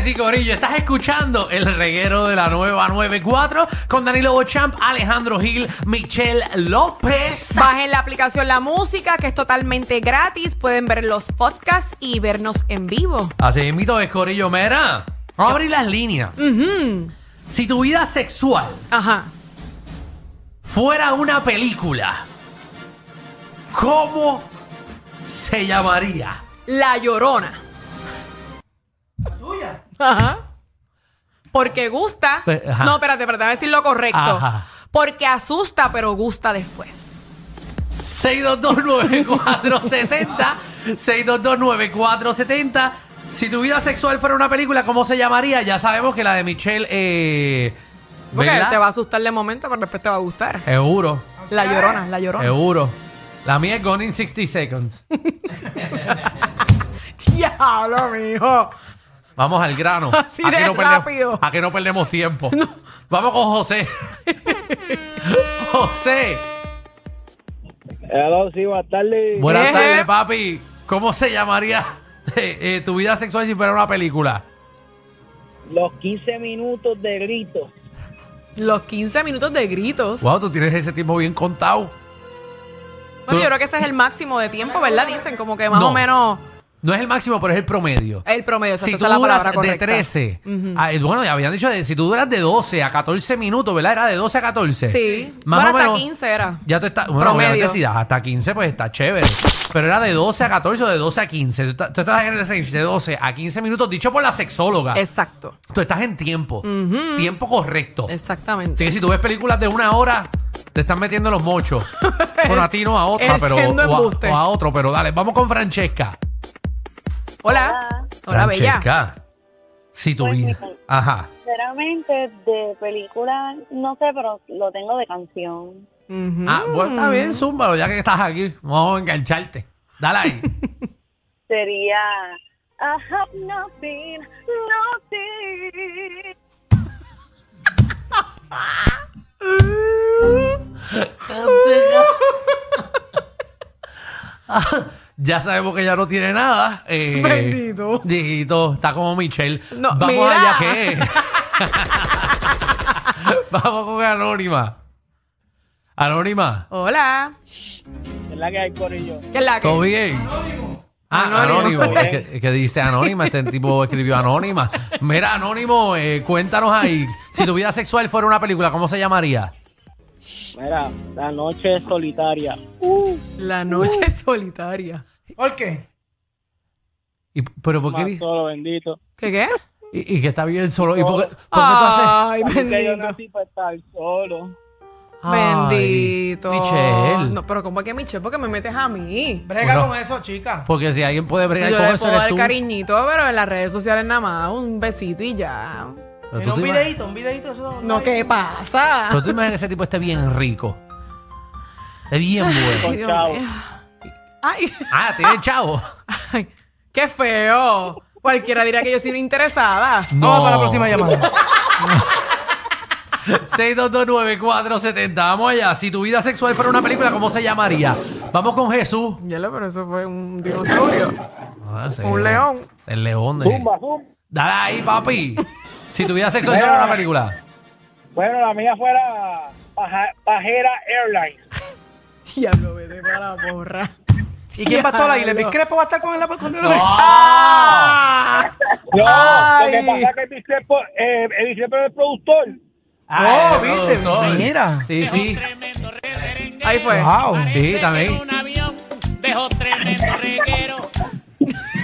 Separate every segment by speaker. Speaker 1: Sí, Corillo, estás escuchando el reguero de la nueva 94 con Danilo Bochamp, Alejandro Gil, Michelle López.
Speaker 2: Bajen la aplicación La Música, que es totalmente gratis. Pueden ver los podcasts y vernos en vivo.
Speaker 1: Así mismo es, Corillo, mera. Vamos a abrir las líneas. Si tu vida sexual
Speaker 2: Ajá.
Speaker 1: fuera una película, ¿cómo se llamaría?
Speaker 2: La Llorona. Ajá. Porque gusta.
Speaker 1: Pe- Pues, ajá.
Speaker 2: No, espérate, espérate, voy a decir lo correcto.
Speaker 1: Ajá.
Speaker 2: Porque asusta, pero gusta después.
Speaker 1: 6229470. 6229470. Si tu vida sexual fuera una película, ¿cómo se llamaría? Ya sabemos que la de Michelle. Eh,
Speaker 2: Porque
Speaker 1: ¿verdad?
Speaker 2: te va a asustar de momento, pero después te va a gustar.
Speaker 1: Seguro,
Speaker 2: La Llorona, La Llorona.
Speaker 1: seguro. La mía es Gone in 60 Seconds. Eh.
Speaker 2: Diablo, mijo.
Speaker 1: Vamos al grano.
Speaker 2: Así de rápido.
Speaker 1: Perdemos, aquí no perdemos tiempo. Vamos con José. José,
Speaker 3: Hello, sí, buenas tardes.
Speaker 1: buenas
Speaker 2: Eje.
Speaker 1: tardes, papi. ¿Cómo se llamaría eh, eh, tu vida sexual si fuera una película?
Speaker 3: Los 15 minutos de grito.
Speaker 2: Los 15 minutos de gritos.
Speaker 1: Wow, tú tienes ese tiempo bien contado.
Speaker 2: Bueno, yo creo que ese es el máximo de tiempo, ¿verdad? Dicen como que más
Speaker 1: No.
Speaker 2: o menos
Speaker 1: No es el máximo, pero es el promedio.
Speaker 2: el promedio.
Speaker 1: si tú
Speaker 2: exacto, esa es la
Speaker 1: duras
Speaker 2: palabra
Speaker 1: de
Speaker 2: correcta.
Speaker 1: 13, ah, eh, bueno, ya habían dicho, de- si tú duras de 12 a 14 minutos, ¿verdad? Era de 12 a 14.
Speaker 2: Sí.
Speaker 1: Más
Speaker 2: bueno,
Speaker 1: o
Speaker 2: hasta
Speaker 1: menos,
Speaker 2: 15 era.
Speaker 1: Ya tú estás, bueno,
Speaker 2: Promedio.
Speaker 1: obviamente si das hasta 15, pues está chévere. Pero era de 12 a 14 o de 12 a 15. Tú, estás- tú estás en el range de 12 a 15 minutos, dicho por la sexóloga.
Speaker 2: Exacto.
Speaker 1: Tú estás en tiempo. Tiempo correcto. Así
Speaker 2: Exactamente.
Speaker 1: que si tú ves películas de una hora, te están metiendo los mochos. bueno, a ti no, a otra,
Speaker 2: Es
Speaker 1: pero.
Speaker 2: siendo
Speaker 1: o a-
Speaker 2: embuste.
Speaker 1: o a otro, pero dale, vamos con Francesca.
Speaker 2: Hola. Hola, bella.
Speaker 1: Francesca. Si tu vida. Ajá.
Speaker 4: Sinceramente, de película, no sé, pero lo tengo de canción.
Speaker 2: Ujú.
Speaker 1: Ah, bueno, está bien, zúmbalo, ya que estás aquí. Vamos a engancharte. Dale ahí.
Speaker 4: Sería I have nothing, nothing.
Speaker 1: Ya sabemos que ya no tiene nada. Eh,
Speaker 2: Bendito.
Speaker 1: Dijito, está como Michelle.
Speaker 2: No,
Speaker 1: Vamos
Speaker 2: mira.
Speaker 1: allá que. Vamos con Anónima. Anónima.
Speaker 2: Hola.
Speaker 3: Es la que hay, Corillo.
Speaker 2: ¿Qué es la
Speaker 1: ¿Todo
Speaker 2: que?
Speaker 1: bien? Ah, anónimo.
Speaker 2: Anónimo.
Speaker 1: Es que, es que dice anónima, este tipo escribió anónima. Mira, anónimo, eh, cuéntanos ahí. Si tu vida sexual fuera una película, ¿cómo se llamaría?
Speaker 3: Mira, la noche es solitaria.
Speaker 2: La noche
Speaker 1: Uh.
Speaker 2: solitaria.
Speaker 1: Y- pero ¿por qué?
Speaker 3: Más solo, bendito.
Speaker 2: ¿Qué qué?
Speaker 1: Y, y que está bien solo. ¿Y por qué, por qué tú haces?
Speaker 2: Ay,
Speaker 3: Así que yo
Speaker 2: bendito.
Speaker 3: nací para estar solo.
Speaker 1: Ay,
Speaker 2: Bendito.
Speaker 1: Michelle.
Speaker 2: No, pero ¿cómo es que Michelle? Porque me metes a mí.
Speaker 5: Brega
Speaker 1: Bueno.
Speaker 5: con eso, chica.
Speaker 1: Porque si alguien puede bregar
Speaker 2: Yo
Speaker 1: con
Speaker 2: le
Speaker 1: eso,
Speaker 2: puedo
Speaker 1: eres
Speaker 2: dar
Speaker 1: tú.
Speaker 2: cariñito, pero en las redes sociales nada más. Un besito y ya.
Speaker 1: Pero
Speaker 5: Mira,
Speaker 1: tú te
Speaker 5: un
Speaker 1: ima-
Speaker 5: videito, un videito. Eso,
Speaker 2: No, ¿qué pasa?
Speaker 1: pero tú imaginas que ese tipo esté bien rico. Esté bien bueno.
Speaker 2: Ay, Dios
Speaker 3: Chao.
Speaker 2: mío. Ay.
Speaker 1: Ah, tiene chavo.
Speaker 2: Ay, qué feo. Cualquiera dirá que yo soy una interesada.
Speaker 5: Vamos para la próxima llamada.
Speaker 1: 6229470. Vamos allá. Si tu vida sexual fuera una película, ¿cómo se llamaría? Vamos con Jesús.
Speaker 2: Ya lo, pero eso fue un dinosaurio.
Speaker 1: Ah, sí.
Speaker 2: Un león.
Speaker 1: El león de.
Speaker 3: Zumba, zumba.
Speaker 1: Dale ahí, papi. Si tu vida sexual fuera una película.
Speaker 3: Bueno, la mía fuera Paja- Pajera Airlines.
Speaker 2: Diablo, vete para la porra.
Speaker 5: ¿Y quién va a estar ahí? ¿El
Speaker 2: Diablo.
Speaker 5: Biscrepo va a estar con el con
Speaker 1: Oh.
Speaker 5: el-
Speaker 1: ¡Ah!
Speaker 3: No,
Speaker 2: Ay.
Speaker 3: lo que pasa es que el biciclepo, eh, el biciclepo es el productor.
Speaker 5: Oh,
Speaker 1: Ay,
Speaker 5: viste,
Speaker 1: doctor.
Speaker 5: mira.
Speaker 1: Sí, sí.
Speaker 2: Ahí fue.
Speaker 5: Wow.
Speaker 1: Sí, también.
Speaker 6: Un avión dejó tremendo reguero.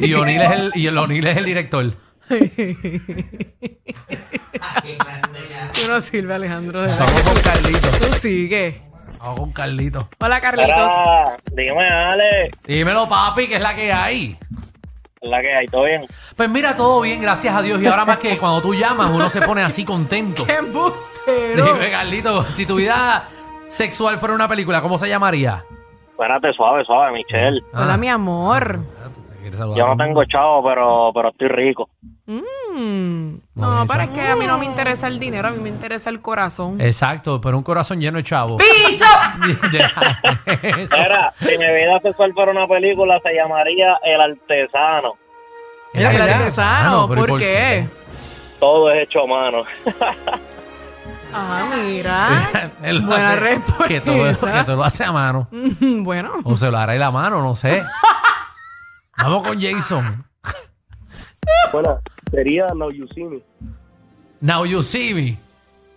Speaker 1: Y O'Neill es el, y el O'Neill es el director.
Speaker 2: Tú no sirve, Alejandro. de verdad.
Speaker 1: Vamos con Carlito.
Speaker 2: Tú sigue.
Speaker 1: Vamos con Carlito.
Speaker 2: Hola, Carlitos.
Speaker 3: Era, dime, Ale,
Speaker 1: Dímelo, papi, que es la que hay.
Speaker 3: la que hay, todo bien.
Speaker 1: Pues mira, todo bien, gracias a Dios. Y ahora más que cuando tú llamas, uno se pone así contento.
Speaker 2: ¡Qué embustero!
Speaker 1: Dime, Carlito, si tu vida sexual fuera una película, ¿cómo se llamaría? Ah.
Speaker 3: Espérate, suave, suave, Michelle.
Speaker 2: Hola, mi amor.
Speaker 3: Yo no tengo chavo, pero, pero estoy rico.
Speaker 2: Mm.
Speaker 1: No,
Speaker 2: No, pero es que a mí no me interesa el dinero, a mí me interesa el
Speaker 3: Eh.
Speaker 2: corazón.
Speaker 1: Exacto, pero un corazón lleno de chavo.
Speaker 2: ¡Bicho!
Speaker 1: Deja eso.
Speaker 3: Era, si mi vida sexual fuera una película, se llamaría El Artesano.
Speaker 5: Mira,
Speaker 2: El
Speaker 5: ¿verdad?
Speaker 2: artesano,
Speaker 1: Ah, no, pero ¿y
Speaker 2: ¿por qué?
Speaker 3: Todo es hecho a mano.
Speaker 2: Ah, mira.
Speaker 1: Él lo
Speaker 2: Buena
Speaker 1: hace-
Speaker 2: respuesta. Mm.
Speaker 1: Que todo, que todo lo hace a mano.
Speaker 2: bueno,
Speaker 1: O se lo hará en la mano, no sé. Vamos con Jason.
Speaker 7: Bueno, sería No Yusimi.
Speaker 1: Now you see me.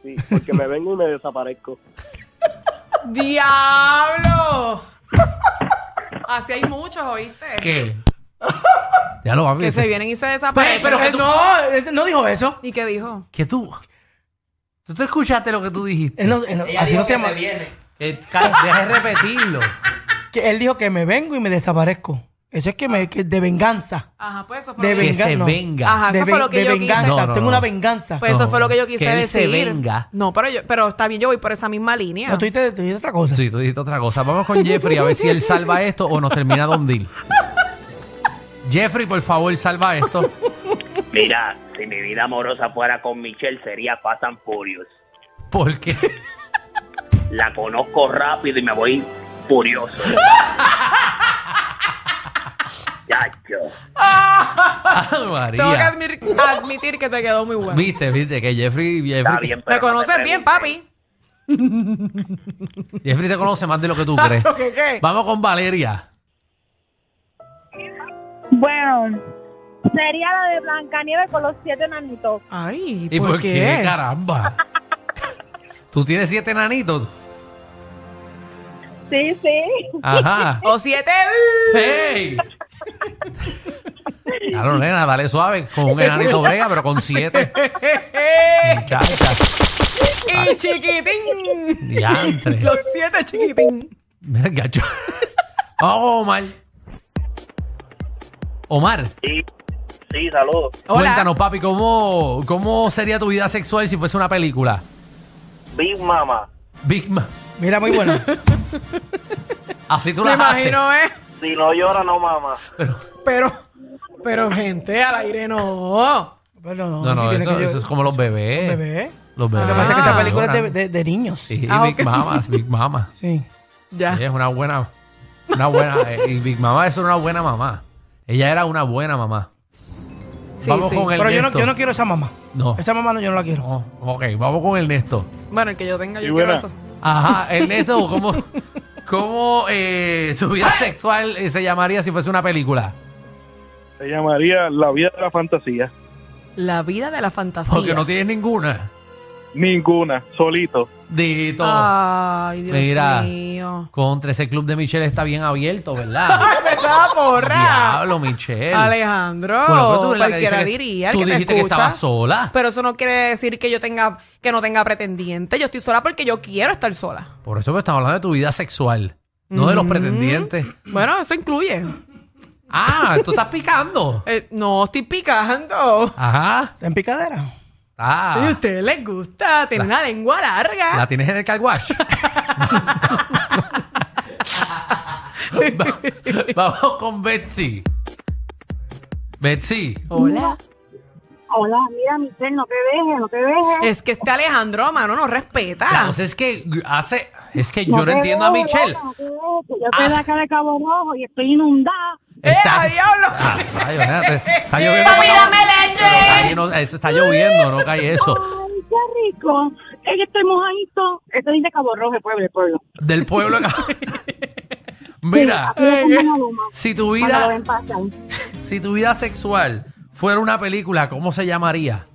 Speaker 7: Sí, porque me vengo y me desaparezco.
Speaker 2: ¡Diablo! Así hay muchos, ¿oíste?
Speaker 1: ¿Qué? Ya lo va a
Speaker 2: Que
Speaker 1: ver.
Speaker 2: se vienen y se desaparecen.
Speaker 1: Pero- pero- que
Speaker 5: Eh,
Speaker 1: tú-
Speaker 5: No, él no dijo eso.
Speaker 2: ¿Y qué dijo?
Speaker 1: Que tú. ¿Tú te escuchaste lo que tú dijiste?
Speaker 5: Él no- él no- así no se llama.
Speaker 1: Que, Carl, deja de repetirlo.
Speaker 5: Que él dijo que me vengo y me desaparezco. Eso es que me que de venganza.
Speaker 2: Ajá, pues eso fue
Speaker 5: De
Speaker 2: lo que
Speaker 1: Que
Speaker 5: venga-
Speaker 1: se
Speaker 5: no.
Speaker 1: venga.
Speaker 2: Ajá,
Speaker 5: de
Speaker 2: eso fue lo que
Speaker 5: de
Speaker 2: yo quise.
Speaker 5: venganza.
Speaker 1: No, no,
Speaker 5: Tengo
Speaker 1: no.
Speaker 5: una venganza.
Speaker 2: Pues
Speaker 1: No,
Speaker 2: eso fue lo que yo quise
Speaker 1: que él se
Speaker 2: decir.
Speaker 1: venga.
Speaker 2: No, pero yo, pero está bien, yo voy por esa misma línea.
Speaker 5: No, tú dijiste tú dijiste otra cosa.
Speaker 1: Sí, tú dijiste otra cosa. Vamos con Jeffrey a ver si él salva esto o nos termina Dondil. Jeffrey, por favor, salva esto.
Speaker 8: Mira, si mi vida amorosa fuera con Michelle sería Fast and Furious.
Speaker 1: Porque.
Speaker 8: La conozco rápido y me voy furioso. Chacho.
Speaker 1: ¡Ah,
Speaker 2: Tengo que
Speaker 1: María!
Speaker 2: admitir, admitir que te quedó muy bueno.
Speaker 1: Viste, viste, que Jeffrey,
Speaker 8: Está
Speaker 1: Jeffrey,
Speaker 8: bien, pero
Speaker 2: Me
Speaker 8: no te
Speaker 2: conoces bien, papi.
Speaker 1: Jeffrey te conoce más de lo que tú crees.
Speaker 2: Tacho, ¿qué, qué?
Speaker 1: Vamos con Valeria.
Speaker 4: Bueno, sería la de Blancanieves con los siete nanitos.
Speaker 2: Ay,
Speaker 1: pues, ¿Y por, qué? Caramba. tú tienes siete nanitos.
Speaker 4: Sí, sí.
Speaker 1: Ajá.
Speaker 2: O siete.
Speaker 1: ¡Ey! Claro, nena, dale suave. Con un enanito brega, pero con siete. Muchacha,
Speaker 2: eh, y chiquitín.
Speaker 1: diantre.
Speaker 2: Los siete chiquitín.
Speaker 1: Mira el gacho. Vamos, Omar. Omar,
Speaker 3: Sí, sí, saludos.
Speaker 2: Hola.
Speaker 1: cuéntanos, papi, ¿cómo, ¿cómo sería tu vida sexual si fuese una película?
Speaker 3: Big Mama.
Speaker 1: Big Ma-
Speaker 5: Mira, muy buena.
Speaker 1: Así tú
Speaker 2: Me
Speaker 1: la haces.
Speaker 2: imagino, ¿eh?
Speaker 3: Si no llora, no mama.
Speaker 2: Pero, pero, gente, al aire no.
Speaker 5: Pero no,
Speaker 1: No,
Speaker 5: sí
Speaker 1: no,
Speaker 5: tiene
Speaker 1: eso,
Speaker 5: que yo-
Speaker 1: eso es como los bebés.
Speaker 5: bebé.
Speaker 1: Los bebés.
Speaker 5: Lo que pasa es que
Speaker 2: Ah.
Speaker 5: esa película es de, de- de niños.
Speaker 1: Sí, y
Speaker 2: Ah,
Speaker 1: Big
Speaker 2: ok.
Speaker 1: Mamas, Big Mama.
Speaker 5: Sí.
Speaker 2: Ya.
Speaker 1: Ella es una buena, una buena, eh, y Big Mama es una buena mamá. Ella era una buena mamá.
Speaker 2: Sí,
Speaker 1: vamos
Speaker 2: sí.
Speaker 1: con el
Speaker 5: Pero yo no,
Speaker 1: Nesto.
Speaker 5: yo no quiero esa mamá.
Speaker 1: No.
Speaker 5: Esa mamá no, yo no la quiero.
Speaker 1: Oh, ok, vamos con Ernesto.
Speaker 2: Bueno, el que yo tenga, yo
Speaker 3: Y
Speaker 2: quiero
Speaker 3: buena.
Speaker 2: eso.
Speaker 1: Ajá, Ernesto, ¿cómo, cómo eh, tu vida sexual eh, se llamaría si fuese una película?
Speaker 7: Se llamaría La vida de la fantasía.
Speaker 2: La vida de la fantasía.
Speaker 1: Porque no tienes ninguna.
Speaker 7: Ninguna, solito.
Speaker 1: Dito.
Speaker 2: Ah. Ay, Dios
Speaker 1: Mira.
Speaker 2: mío.
Speaker 1: Contra ese club de Michelle está bien abierto, ¿verdad?
Speaker 2: Me estaba porra.
Speaker 1: Diablo, Michelle.
Speaker 2: Alejandro,
Speaker 1: Bueno, pero tú eres la que dice
Speaker 2: cualquiera
Speaker 1: que-
Speaker 2: diría. el
Speaker 1: tú
Speaker 2: que te
Speaker 1: dijiste que
Speaker 2: escucha.
Speaker 1: estabas sola.
Speaker 2: Pero eso no quiere decir que yo tenga, que no tenga pretendiente. Yo estoy sola porque yo quiero estar sola.
Speaker 1: Por eso me estamos hablando de tu vida sexual, no de los pretendientes.
Speaker 2: Bueno, eso incluye.
Speaker 1: Ah, tú estás picando.
Speaker 2: Eh, no, estoy picando.
Speaker 1: Ajá.
Speaker 5: ¿Está en picadera?
Speaker 2: Y a
Speaker 1: Ah,
Speaker 2: ustedes les gusta tener una lengua larga.
Speaker 1: la tienes en el carwash. Vamos con Betsy. Betsy.
Speaker 2: Hola.
Speaker 4: Hola, mira, Michelle, no te dejes, no te dejes.
Speaker 1: Eh,
Speaker 2: Es que este Alejandro, mano, no respeta.
Speaker 1: La cosa es que hace. Es que yo no,
Speaker 4: te
Speaker 1: entiendo a
Speaker 4: dejes,
Speaker 1: Michelle.
Speaker 4: loca, no te dejes, que Yo estoy de
Speaker 1: Ah,
Speaker 4: acá de Cabo Rojo y estoy inundada.
Speaker 2: ¡Eh, a diablo!
Speaker 1: Ah, rayo, espérate. está lloviendo. para
Speaker 2: ¡Dame
Speaker 1: abajo. Pero está
Speaker 2: leche!
Speaker 1: lleno- eso está lloviendo, no cae eso.
Speaker 4: Ay, qué rico. Ella estoy mojadito. Esto dice Cabo Rojo, el pueblo, el pueblo.
Speaker 1: Del pueblo. de Cabo- Mira, Eh,
Speaker 4: Aquí es como una loma.
Speaker 1: si tu
Speaker 4: Cuando lo ven
Speaker 1: vida,
Speaker 4: pasar.
Speaker 1: si tu vida sexual fuera una película, ¿cómo se llamaría?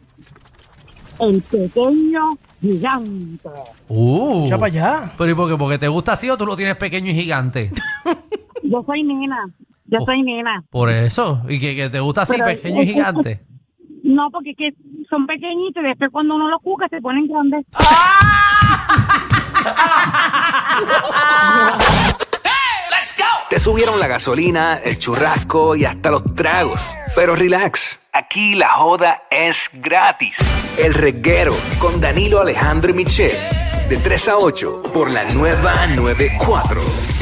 Speaker 3: El pequeño gigante.
Speaker 1: Uh.
Speaker 5: Escucha para allá.
Speaker 1: Pero ¿y por qué? ¿Porque te gusta así o tú lo tienes pequeño y gigante?
Speaker 4: Yo soy nena, yo
Speaker 1: Oh.
Speaker 4: soy nena.
Speaker 1: Por eso. ¿Y que, que te gusta así,
Speaker 4: Pero-
Speaker 1: pequeño y gigante?
Speaker 4: No, porque es que son pequeñitos y después cuando uno los juzga se ponen grandes.
Speaker 9: Te subieron la gasolina, el churrasco y hasta los tragos. Pero relax, aquí la joda es gratis. El reguero con Danilo Alejandro y Michel. De 3 a 8 por la nueva 94.